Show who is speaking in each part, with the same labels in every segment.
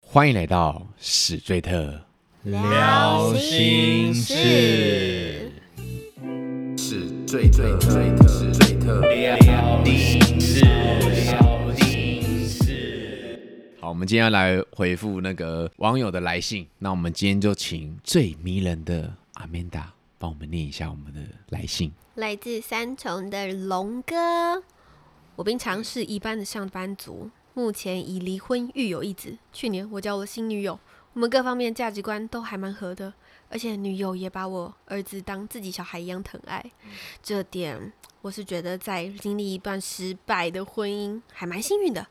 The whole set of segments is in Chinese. Speaker 1: 欢迎来到史最特。
Speaker 2: 聊心事，
Speaker 1: 是最最最特最特聊历史，聊历史。好，我们今天要来回复那个网友的来信。那我们今天就请最迷人的阿曼达帮我们念一下我们的来信。
Speaker 2: 来自三重的龙哥。我平常是一般的上班族，目前已离婚育有一子。去年我交了新女友，我们各方面价值观都还蛮合的，而且女友也把我儿子当自己小孩一样疼爱。这点我是觉得，在经历一段失败的婚姻，还蛮幸运的。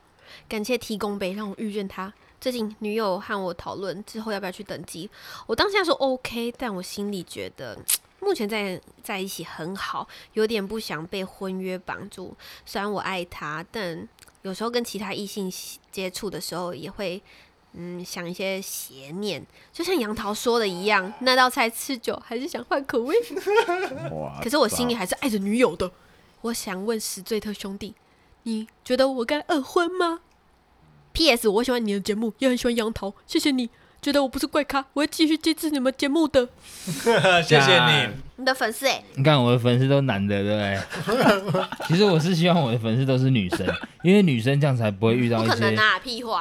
Speaker 2: 感谢提供北让我遇见他。最近女友和我讨论之后要不要去登记，我当下说 OK，但我心里觉得目前在在一起很好，有点不想被婚约绑住。虽然我爱他，但有时候跟其他异性接触的时候，也会嗯想一些邪念，就像杨桃说的一 样，那道菜吃久还是想换口 味。
Speaker 1: 哇
Speaker 2: 可是我心里还是爱着女友的。我想问史最特兄弟，你觉得我该二婚吗？P.S. 我喜欢你的节目，也很喜欢杨桃，谢谢你。觉得我不是怪咖，我会继续支持你们节目的。
Speaker 3: 啊
Speaker 4: 谢谢你。
Speaker 2: 你的粉丝哎、
Speaker 3: 你看我的粉丝都男的，对不对？ 其实我是希望我的粉丝都是女生，因为女生这样才不会遇到
Speaker 2: 不
Speaker 3: 一
Speaker 2: 可能
Speaker 3: 些
Speaker 2: 啊，屁话！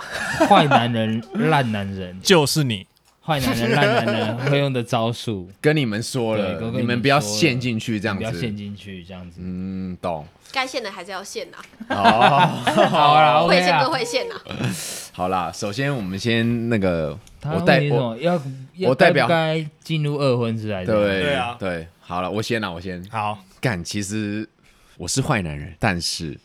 Speaker 3: 坏男人、烂男人、
Speaker 4: 就是你，
Speaker 3: 坏男人、烂男人会用的招数，
Speaker 1: 跟你们说
Speaker 3: 对都
Speaker 1: 了，
Speaker 3: 跟你
Speaker 1: 你们不要陷进去 这样
Speaker 3: 不要陷
Speaker 1: 子。
Speaker 3: 进去这样子。
Speaker 1: 嗯，懂。
Speaker 2: 该陷的还是要陷呐、
Speaker 1: 好，
Speaker 3: 好啦
Speaker 2: 会
Speaker 3: ，OK
Speaker 2: 陷
Speaker 3: 啊
Speaker 2: 归。会陷呐、
Speaker 1: 好啦，首先我们先那个，
Speaker 3: 他
Speaker 1: 我
Speaker 3: 问
Speaker 1: 代
Speaker 3: 你什
Speaker 1: 我
Speaker 3: 么？要要
Speaker 1: 我代表
Speaker 3: 该不该进入二婚制还是怎样？
Speaker 1: 对
Speaker 4: 对啊
Speaker 1: 对，好了，我先啦，我先。
Speaker 4: 好，
Speaker 1: 干，其实我是坏男人，但是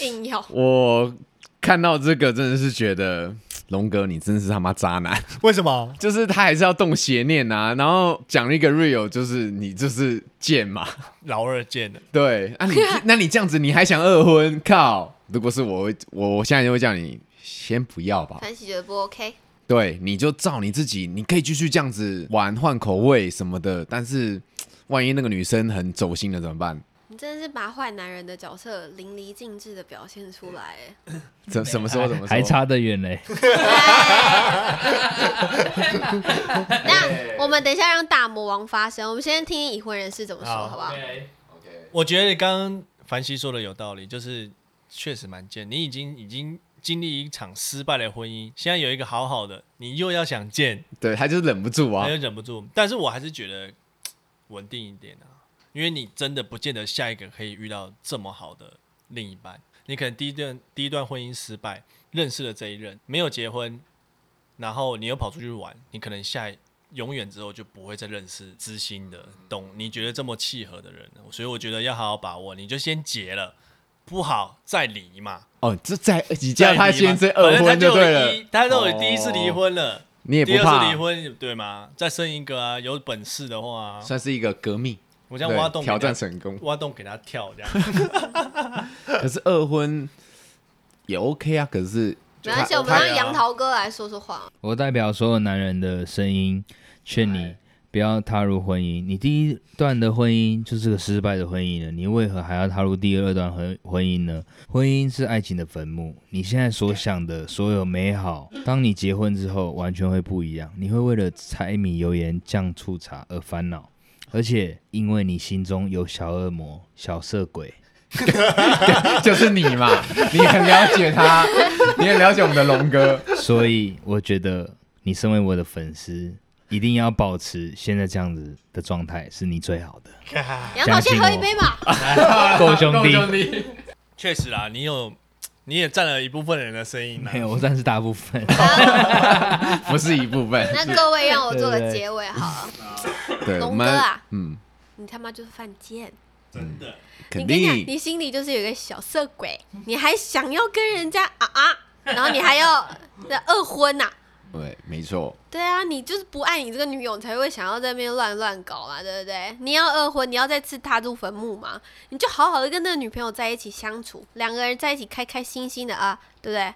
Speaker 2: 硬要
Speaker 1: 我看到这个真的是觉得龙哥你真是他妈渣男，
Speaker 4: 为什么？
Speaker 1: 就是他还是要动邪念啊，然后讲一个 real，就是你就是贱嘛，
Speaker 4: 老二见了，
Speaker 1: 对，啊那、你
Speaker 3: 啊
Speaker 1: 那你这样子你还想二婚？靠！如果是我会，我我现在就会叫你先不要吧，
Speaker 2: 团喜觉得不 OK，
Speaker 1: 对，你就照你自己，你可以继续这样子玩换口味什么的，但是万一那个女生很走心了怎么办？
Speaker 2: 你真的是把坏男人的角色淋漓尽致的表现出来欸。
Speaker 1: 怎什么时候怎么说？
Speaker 3: 还差得远嘞。
Speaker 2: 那我们等一下让大魔王发声，我们先听听已婚人士怎么说，
Speaker 4: 好
Speaker 2: 好不好？
Speaker 4: 我觉得刚刚凡西说的有道理，就是确实蛮贱。你已经已经经历一场失败的婚姻，现在有一个好好的，你又要想见，
Speaker 1: 对，他就是忍不住啊
Speaker 4: 他。又忍不住。但是我还是觉得稳定一点啊，因为你真的不见得下一个可以遇到这么好的另一半。你可能第一段第一段婚姻失败，认识了这一任，没有结婚，然后你又跑出去玩，你可能下一永远之后就不会再认识知心的、懂你觉得这么契合的人了。所以我觉得要好好把握，你就先结了，不好再离嘛。
Speaker 1: 哦，这在你叫他先生
Speaker 4: 再离嘛
Speaker 1: 二
Speaker 4: 反
Speaker 1: 婚
Speaker 4: 正他
Speaker 1: 对
Speaker 4: 有
Speaker 1: 了
Speaker 4: 一，他都有第一次离婚了。
Speaker 1: 你也不
Speaker 4: 第二次
Speaker 1: 怕啊
Speaker 4: 离，婚对吗？再生一个啊，有本事的话、啊，
Speaker 1: 算是一个革命，
Speaker 4: 我这样挖
Speaker 1: 对，
Speaker 4: 洞给
Speaker 1: 挑战
Speaker 4: 他
Speaker 1: 成功。
Speaker 4: 挖洞给他跳这样。
Speaker 1: 可是二婚也 OK 啊，可是
Speaker 2: 没关系，
Speaker 1: 他
Speaker 2: 我们
Speaker 4: 他
Speaker 2: 让杨桃哥来说说话。
Speaker 3: 我代表所有男人的声音，劝你不要踏入婚姻。你第一段的婚姻就是个失败的婚姻了，你为何还要踏入第二段婚婚姻呢？婚姻是爱情的坟墓，你现在所想的所有美好，当你结婚之后完全会不一样。你会为了柴米油盐酱醋茶而烦恼，而且因为你心中有小恶魔、小色鬼，
Speaker 1: 就是你 嘛，你很了解他，你很了解我们的龙哥。
Speaker 3: 所以我觉得你身为我的粉丝，一定要保持现在这样子的状态，是你最 好的。
Speaker 2: 杨桃先
Speaker 3: 相信
Speaker 2: 喝
Speaker 3: 我
Speaker 2: 一杯嘛，
Speaker 3: 够兄弟，
Speaker 1: 弟，
Speaker 4: 确实啦，你有，你也占了一部分人的声音啦
Speaker 3: 没。有，我算是大部分。
Speaker 1: 不是一部 分。
Speaker 2: 那各位让我做个
Speaker 3: 对对
Speaker 2: 结尾好了。
Speaker 1: 对，我
Speaker 2: 龙
Speaker 1: 们
Speaker 2: 哥啊
Speaker 1: 嗯，
Speaker 2: 你他妈就是犯贱！
Speaker 4: 真的，
Speaker 1: 肯
Speaker 2: 你跟你讲，
Speaker 1: 定
Speaker 2: 你心里就是有一个小色鬼，你还想要跟人家啊啊，然后你还要那二婚啊呐、
Speaker 1: 对，没错。
Speaker 2: 对啊，你就是不爱你这个女友，你才会想要在那边乱乱搞嘛，对不对？你要二婚，你要再次踏入坟墓嘛，你就好好的跟那个女朋友在一起相处，两个人在一起开开心心的啊，对不对？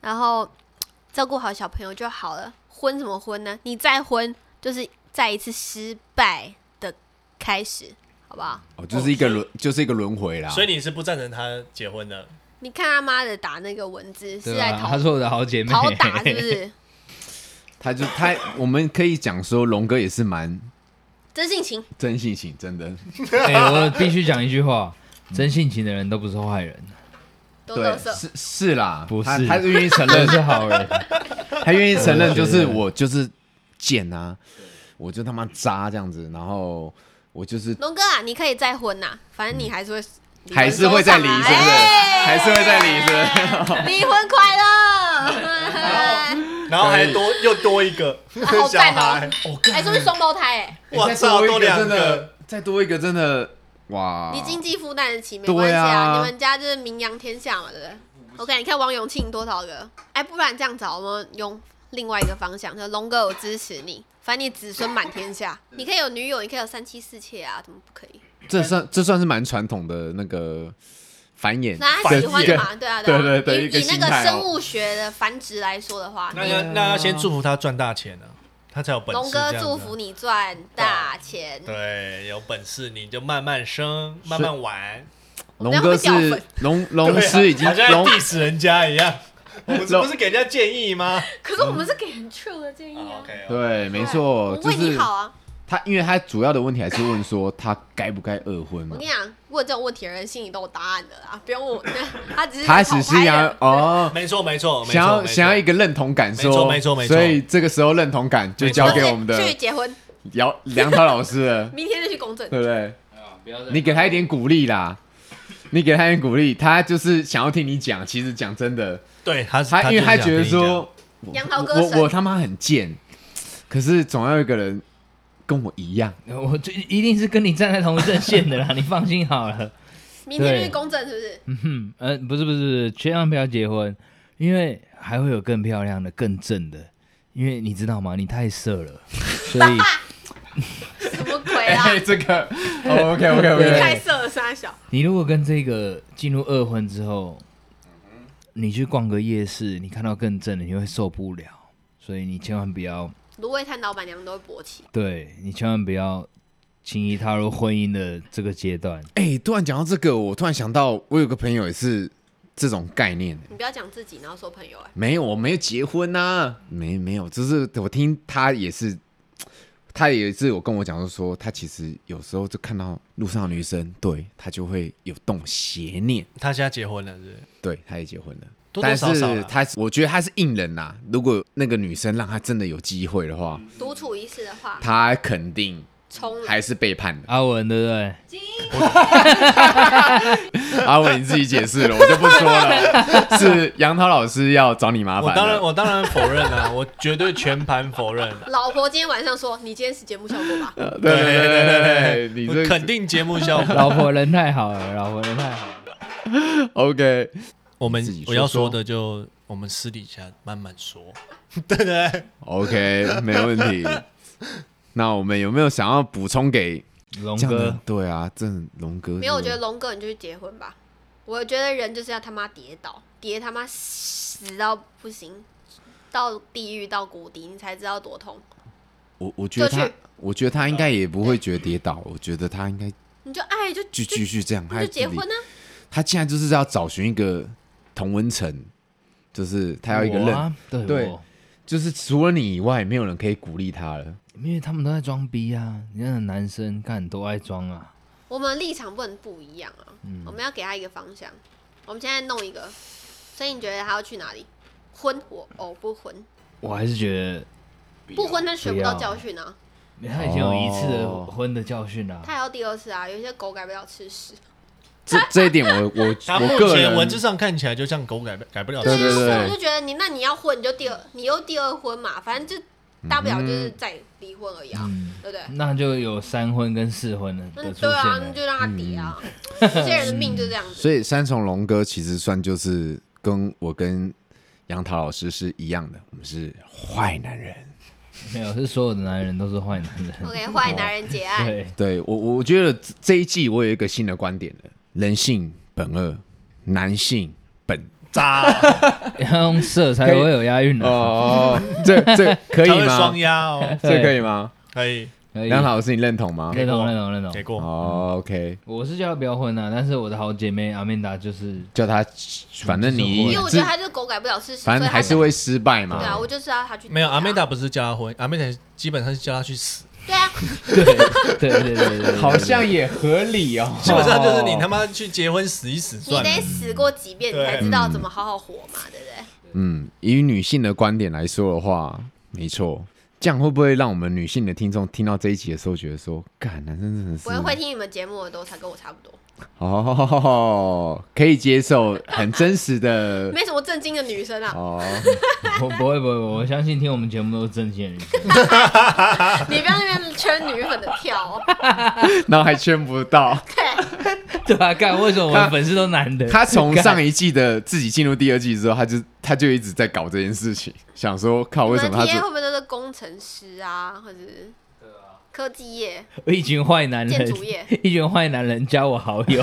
Speaker 2: 然后照顾好小朋友就好了，婚什么婚呢？你再婚就是再一次失败的开始，好不好？
Speaker 1: 哦，就是一个轮，就是一个轮回啦。
Speaker 4: 所以你是不赞成他结婚的？
Speaker 2: 你看他妈的打那个文字是
Speaker 3: 对
Speaker 2: 在
Speaker 3: 啊，
Speaker 2: 讨
Speaker 3: 她是我的好姐妹。
Speaker 2: 讨打是不是？
Speaker 1: 他就他，我们可以讲说龙哥也是蛮
Speaker 2: 真性情，
Speaker 1: 真性情，真的。
Speaker 3: 哎、我必须讲一句话，真性情的人都不是坏人，
Speaker 2: 都
Speaker 1: 对
Speaker 2: 乐，色。
Speaker 1: 是是啦，
Speaker 3: 不
Speaker 1: 他
Speaker 3: 是
Speaker 1: 他愿意承
Speaker 3: 都
Speaker 1: 认，
Speaker 3: 是好人。
Speaker 1: 他愿意承认，就
Speaker 3: 我
Speaker 1: 是
Speaker 3: 觉得
Speaker 1: 我就是贱啊，我就他妈渣这样子，然后我就是
Speaker 2: 龙哥啊，你可以再婚呐，反正你还是会离婚收场啊，
Speaker 1: 还是会再离，是不是？
Speaker 2: 哎
Speaker 1: 还是会再离，是不是？
Speaker 2: 离婚快乐！
Speaker 4: 然后还多又多一个
Speaker 2: 好
Speaker 4: 小
Speaker 2: 赞哦
Speaker 4: 孩，
Speaker 2: 哎，说是双胞胎哎，
Speaker 4: 哇
Speaker 1: 欸 再
Speaker 4: 操
Speaker 1: 多一
Speaker 4: 多
Speaker 1: 个
Speaker 4: 两
Speaker 1: 真
Speaker 4: 个
Speaker 1: 的，嗯再多一个真的哇！
Speaker 2: 你经济负担得起没关
Speaker 1: 哦对
Speaker 2: 系
Speaker 1: 啊
Speaker 2: 你们家就是名扬天下嘛，对不对？OK，你看王永庆多少个？哎，不然这样子好，我们用另外一个方向，就是龙哥，我支持你，反正你子孙满天下，
Speaker 1: 嗯
Speaker 2: 你可以有女友，你可以有三妻四妾啊，怎么不可以？
Speaker 1: 这算这算是蛮传统的那个繁衍，
Speaker 2: 那
Speaker 1: 繁
Speaker 2: 他喜欢
Speaker 1: 衍
Speaker 2: 你嘛？对啊，
Speaker 1: 对
Speaker 2: 啊
Speaker 1: 对对一
Speaker 2: 以
Speaker 1: 个
Speaker 2: 以那
Speaker 1: 心
Speaker 2: 个
Speaker 1: 态哦
Speaker 2: 生物学的繁殖来说的话，
Speaker 4: 那要那要先祝福他赚大钱啊，他才有本事。
Speaker 2: 龙哥祝福
Speaker 4: 你，
Speaker 2: 你赚大钱。
Speaker 4: 啊对，有本事你就慢慢生，慢慢玩。
Speaker 1: 龙哥
Speaker 2: 我们要
Speaker 1: 是
Speaker 2: 被
Speaker 1: 龙龙师已经
Speaker 4: 啊好像在
Speaker 1: 龙
Speaker 4: diss 人家 一样，我们
Speaker 1: 龙
Speaker 4: 不是给人家建议吗哦
Speaker 2: 可是我们是给很 true 的建议啊。
Speaker 4: ？OK，
Speaker 1: 对，没
Speaker 4: 哦
Speaker 1: 错，
Speaker 2: 我
Speaker 1: 哦就
Speaker 2: 为你
Speaker 1: 是
Speaker 2: 好啊！
Speaker 1: 他，因为他主要的问题还是问说他该不该二婚
Speaker 2: 我
Speaker 1: 嘛
Speaker 2: 跟你？讲，问这种问题的人心里都有答案的啦，不用问我。 他只是
Speaker 1: 他只是
Speaker 2: 想
Speaker 1: 想
Speaker 2: 跑拍
Speaker 1: 要
Speaker 2: 人
Speaker 1: 哦，
Speaker 4: 没错没错， 没错
Speaker 1: 想要
Speaker 4: 没错
Speaker 1: 想要一个认同感，
Speaker 4: 没错
Speaker 1: 说
Speaker 4: 没错没错
Speaker 1: 所以这个时候认同感就
Speaker 4: 没 错
Speaker 1: 交给我们
Speaker 2: 就是去
Speaker 1: 的
Speaker 2: 结婚，
Speaker 1: 姚 梁涛老师了，
Speaker 2: 明天就去公证。
Speaker 1: 对不对？ 你给他一点鼓励啦，你给他一点鼓励，他就是想要听你讲。其实讲真的，
Speaker 4: 对他是
Speaker 1: 他因为
Speaker 4: 就是
Speaker 1: 他
Speaker 4: 想
Speaker 1: 觉得
Speaker 4: 跟你讲
Speaker 1: 说，我
Speaker 2: 杨桃歌
Speaker 1: 我
Speaker 2: 神
Speaker 1: 我他妈很贱，可是总要有一个人跟我一样。
Speaker 3: 我就一定是跟你站在同一阵线的啦， 你放心好了。
Speaker 2: 明天就去公证，是不是？
Speaker 3: 嗯哼，呃，不是不是不是，千万不要结婚，因为还会有更漂亮的、更正的。因为你知道吗？你太色了，所以
Speaker 2: 什么鬼啊？
Speaker 1: 哎，这个哦 OK OK
Speaker 3: 对
Speaker 2: 太
Speaker 1: OK，
Speaker 2: 色了，三小。
Speaker 3: 你如果跟这个进入二婚之后，你去逛个夜市，你看到更正的，你会受不了。所以你千万不要，
Speaker 2: 芦苇摊老板娘都会勃起，
Speaker 3: 对你千万不要轻易踏入婚姻的这个阶段。
Speaker 1: 哎，突然讲到这个，我突然想到，我有个朋友也是这种概念。
Speaker 2: 你不要讲自己，然后说朋友哎。
Speaker 1: 没有，我没有结婚呐、
Speaker 4: 啊
Speaker 1: 没没有，就是我听他也是，他也是有跟我讲说，他其实有时候就看到路上的女生，对他就会有动邪念，
Speaker 4: 他现在结婚了，是不是？
Speaker 1: 对，他也结婚了。
Speaker 4: 多多
Speaker 1: 但
Speaker 4: 少少
Speaker 1: 是
Speaker 4: 啦
Speaker 1: 他，我觉得他是硬人呐、如果那个女生让他真的有机会的话，
Speaker 2: 独处一室的话，
Speaker 1: 他肯定
Speaker 2: 冲了。
Speaker 1: 还是背叛 的。
Speaker 3: 阿文，对不对？
Speaker 1: 阿伟，你自己解释了，我就不说了。 是杨涛老师要找你麻烦
Speaker 4: 我
Speaker 1: 了。
Speaker 4: 当然我当然否认啦， 我绝对全盘否认。啊
Speaker 2: 老婆今天晚上说，你今天是节目效果吧？
Speaker 1: 呃对对对对对，你
Speaker 4: 我
Speaker 1: 这
Speaker 4: 肯定节目效果。
Speaker 3: 老婆人太好了，老婆人太好了。
Speaker 1: OK。
Speaker 4: 我们
Speaker 1: 自己说
Speaker 4: 我要说的就我们私底下慢慢说， 对不对？
Speaker 1: OK，没问题。那我们有没有想要补充给
Speaker 3: 龙
Speaker 1: 这样的
Speaker 3: 哥，
Speaker 1: 对啊，这龙哥
Speaker 2: 没有，我觉得
Speaker 1: 得
Speaker 2: 龙哥你就去结婚吧。我觉得人就是要他妈跌倒，跌他妈死到不行，到地狱到谷底，你才知道多痛。
Speaker 1: 我我觉得
Speaker 2: 就
Speaker 1: 他
Speaker 2: 去，
Speaker 1: 我觉得他应该也不会觉得跌倒，我觉得他应该
Speaker 2: 你就爱就
Speaker 1: 就继续这样，
Speaker 2: 那
Speaker 1: 他
Speaker 2: 就结婚
Speaker 1: 自己
Speaker 2: 啊！
Speaker 1: 他现在就是要找寻一个同温层，就是他要一个
Speaker 3: 我
Speaker 1: 认，
Speaker 3: 啊，对
Speaker 1: 对
Speaker 3: 我
Speaker 1: 就是除了你以外，没有人可以鼓励他了。
Speaker 3: 因为他们都在装逼啊，你看男生干都爱装啊，
Speaker 2: 我们立场不能不一样啊，我们要给他一个方向。我们现在弄一个，所以你觉得他要去哪里？婚我哦不婚，
Speaker 3: 我还是觉
Speaker 2: 不婚他学不到
Speaker 3: 不要
Speaker 2: 教训啊，
Speaker 3: 得他已经有一次的
Speaker 1: 哦
Speaker 3: 婚的教训啊，
Speaker 2: 他还要第二次啊。有一些狗改不了吃屎，
Speaker 1: 这这一点我，我
Speaker 4: 他
Speaker 1: 我
Speaker 4: 目
Speaker 1: 个
Speaker 4: 前
Speaker 1: 人
Speaker 4: 文字上看起来就像狗改不改不了
Speaker 1: 对
Speaker 4: 自己。
Speaker 1: 对
Speaker 2: 所以啊我
Speaker 1: 对
Speaker 2: 就觉得你那你要婚你就第二，你又第二婚嘛，反正就大不了就是再离婚而已啊，
Speaker 1: 嗯
Speaker 2: 对不对？
Speaker 3: 那就有三婚跟四婚的
Speaker 2: 那
Speaker 3: 的出
Speaker 2: 对啊，那
Speaker 3: 现了。
Speaker 2: 就让他抵啊。
Speaker 1: 嗯
Speaker 2: 有些人的命就这样子。
Speaker 1: 所以三重龙哥其实算就是跟我跟杨桃老师是一样的，我们是坏男人。
Speaker 3: 没有，是所有的男人都是坏男人。
Speaker 2: OK，坏男人结案，
Speaker 3: 对，
Speaker 1: 对我，我我觉得这这一季我有一个新的观点了：人性本恶，男性本
Speaker 4: 渣，
Speaker 3: 要用色才会有押韵的。啊
Speaker 1: 哦，这这可
Speaker 4: 哦他
Speaker 1: 以
Speaker 4: 会双
Speaker 1: 吗？
Speaker 4: 压哦，
Speaker 1: 这可以吗？哦
Speaker 4: 可以。
Speaker 3: 可以
Speaker 1: 梁老师，你认同吗？
Speaker 3: 认同
Speaker 4: 给过
Speaker 3: 认同认同
Speaker 4: 给。过，
Speaker 1: 哦，OK，
Speaker 3: 我是叫她不要混啊，但是我的好姐妹阿曼 达就是
Speaker 1: 叫他，反正
Speaker 4: 嗯
Speaker 3: 因
Speaker 1: 你
Speaker 2: 因为我觉得他就是狗改不了事情，
Speaker 1: 反正
Speaker 2: 所以
Speaker 1: 还
Speaker 2: 他
Speaker 1: 是会失败嘛
Speaker 2: 对。啊，我就是要他去
Speaker 4: 没有
Speaker 2: 抵达
Speaker 4: 阿美达不是叫他婚，阿美达基本上是叫他去死，
Speaker 2: 对啊，
Speaker 3: 对对对对对对，
Speaker 1: 好像也合理哦，
Speaker 4: 啊基本上就是你他妈去结婚死一死
Speaker 2: 你
Speaker 4: 算了。
Speaker 2: 得死过几遍，你
Speaker 4: 对
Speaker 2: 才知道怎么好好活嘛，对不对？
Speaker 1: 嗯，以女性的观点来说的话，没错。这样会不会让我们女性的听众听到这一集的时候，觉得说，干，男生真的是
Speaker 2: 我会听你们节目的都才跟我差不多，
Speaker 1: 哦，可以接受，很真实的
Speaker 2: 没什么震惊的女生啊，
Speaker 1: 哦，
Speaker 3: 我不会不会，我相信听我们节目都是正经人。
Speaker 2: 你不要那边圈女粉的票哦。
Speaker 1: 然后还圈不 到。
Speaker 2: 对，
Speaker 3: 对啊，干为什么我们粉丝都男的？
Speaker 1: 他从上一季的自己进入第二季之后，他就他就一直在搞这件事情，想说靠， 为什
Speaker 2: 你
Speaker 1: 么他
Speaker 2: 们
Speaker 1: 只
Speaker 2: T A 会不会都是工程师啊，或者是
Speaker 4: 啊
Speaker 2: 科技业？
Speaker 3: 一群坏男
Speaker 2: 建
Speaker 3: 人
Speaker 2: 筑业，
Speaker 3: 一群坏男人加我好 友，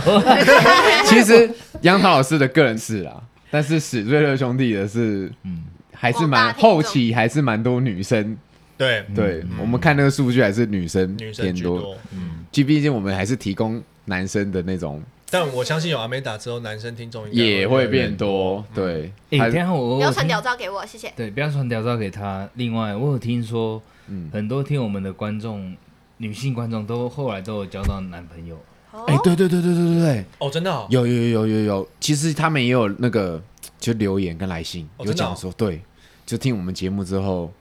Speaker 1: 其实杨桃老师的个人是啦，但是史瑞乐兄弟的是，嗯，还是
Speaker 2: 广大
Speaker 1: 蛮
Speaker 2: 听众
Speaker 1: 后期还是蛮多女生。
Speaker 4: 对，
Speaker 1: 对、我们看那个数据，还是嗯女生
Speaker 4: 女
Speaker 1: 偏
Speaker 4: 生居
Speaker 1: 多
Speaker 4: 多。。
Speaker 1: 就毕竟我们还是提供男生的那种，
Speaker 4: 但我相信有阿美达之后，男生听众应该
Speaker 1: 也会
Speaker 4: 变。
Speaker 1: 变多。嗯对，
Speaker 3: 哎、
Speaker 1: 还
Speaker 3: 等一下我
Speaker 2: 你
Speaker 3: 我哎
Speaker 2: 要传屌照给我，谢谢。
Speaker 3: 对，不要传屌照给他。另外，我有听说，很多听我们的观众，女性观众都后来都有交到男朋友。
Speaker 2: 哦
Speaker 1: 哎，，对对对对对对对，
Speaker 4: 哦，真的哦，
Speaker 1: 有有有有有，其实他们也有那个就留言跟来信，
Speaker 4: 哦
Speaker 1: 有
Speaker 4: 真的哦
Speaker 1: 讲说对，就听我们节目之后，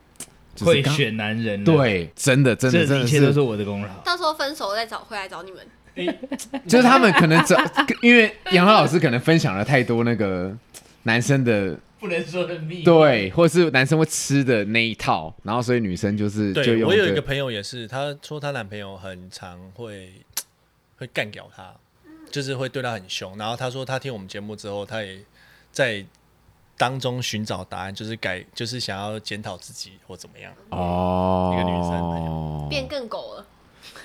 Speaker 1: 就是
Speaker 3: 会
Speaker 1: 刚
Speaker 3: 选男人了，
Speaker 1: 对，真的真的真
Speaker 3: 这
Speaker 1: 的
Speaker 3: 一切都
Speaker 1: 是
Speaker 3: 是我的功劳。
Speaker 2: 到时候分手再找回来找你们。
Speaker 1: 就是他们可能找， 因为杨老师可能分享了太多那个男生 的
Speaker 3: 不能说的秘密，
Speaker 1: 对，或是男生会吃的那一套，然后所以女生就是就
Speaker 4: 对
Speaker 1: 用
Speaker 4: 我有一
Speaker 1: 这
Speaker 4: 个朋友也是，她说她男朋友很常会会干掉她，就是会对她很凶。然后她说她听我们节目之后，她也在当中寻找答案，就是改，就是想要检讨自己或怎么样。
Speaker 1: 哦，
Speaker 4: 一个女生朋
Speaker 2: 变更狗了。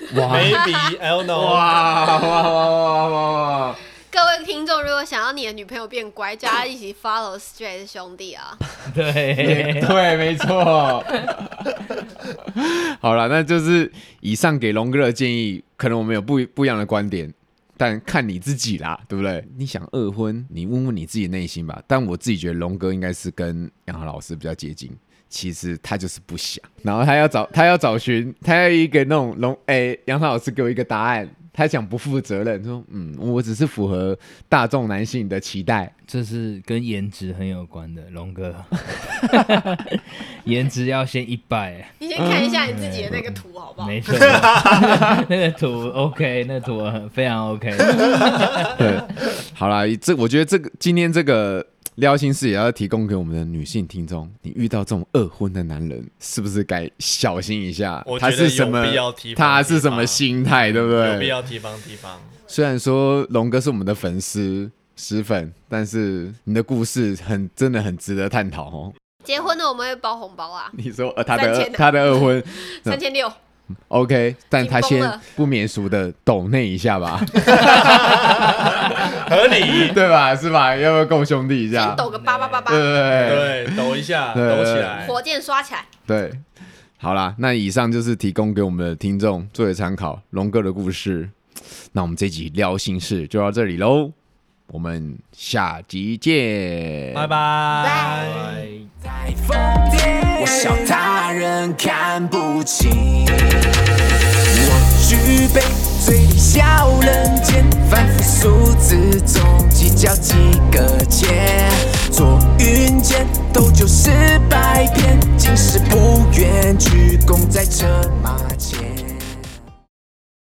Speaker 4: Maybe I don't know。
Speaker 1: 哇哇哇哇哇哇！
Speaker 2: 各位听众，如果想要你的女朋友变乖，叫她一起 follow Straight 兄弟啊。
Speaker 3: 对，
Speaker 1: 对，没错。好了，那就是以上给龙哥的建议，可能我们有不不一样的观点，但看你自己啦，对不对？你想二婚，你问问你自己内心吧。但我自己觉得龙哥应该是跟杨豪老师比较接近。其实他就是不想，然后他要找 他要找寻他要一个那种龙哎，杨、豪老师给我一个答案，他想不负责任，说嗯，我只是符合大众男性的期待，
Speaker 3: 这是跟颜值很有关的，龙哥， 颜值要先一百，
Speaker 2: 你先看一下你自己的那个图好不好？
Speaker 3: 嗯没错， 那个图 OK，那个图非常 OK。
Speaker 1: 对，好啦，这我觉得这个今天这个撩心事也要提供给我们的女性听众。你遇到这种二婚的男人，是不是该小心一下
Speaker 4: 我？觉
Speaker 1: 他
Speaker 4: 得
Speaker 1: 是什么
Speaker 4: 有必要提？防
Speaker 1: 他是什么心态？对不
Speaker 4: 有必
Speaker 1: 对？
Speaker 4: 要提防提防，
Speaker 1: 虽然说龙哥是我们的粉丝石粉，但是你的故事很真的很值得探讨哦。
Speaker 2: 结婚了我们会包红包啊，
Speaker 1: 你说呃他的
Speaker 2: 三
Speaker 1: 二
Speaker 2: 千啊
Speaker 1: 他的二 婚
Speaker 3: 嗯
Speaker 2: 三千六。
Speaker 1: OK，但他
Speaker 2: 紧绷
Speaker 1: 先
Speaker 2: 了
Speaker 1: 不免俗的抖内一下吧，
Speaker 4: 合理。
Speaker 1: 对吧？是吧？要不要够兄弟一下
Speaker 3: 啊
Speaker 2: 先？抖个啊八八八八
Speaker 1: 对，
Speaker 3: 嗯
Speaker 1: 对对
Speaker 4: 对，抖一下，
Speaker 1: 对
Speaker 4: 抖起来。
Speaker 2: 火箭刷起来。
Speaker 1: 对，好啦，那以上就是提供给我们的听众作为参考龙哥的故事。那我们这集聊心事就到这里喽，我们下集见，
Speaker 4: 拜拜。
Speaker 5: 在疯癫，我笑他人看不清。我举杯，醉里笑人间，反复数字中计较几个钱。坐云间，斗酒诗百篇，今世不愿，鞠躬在车马间。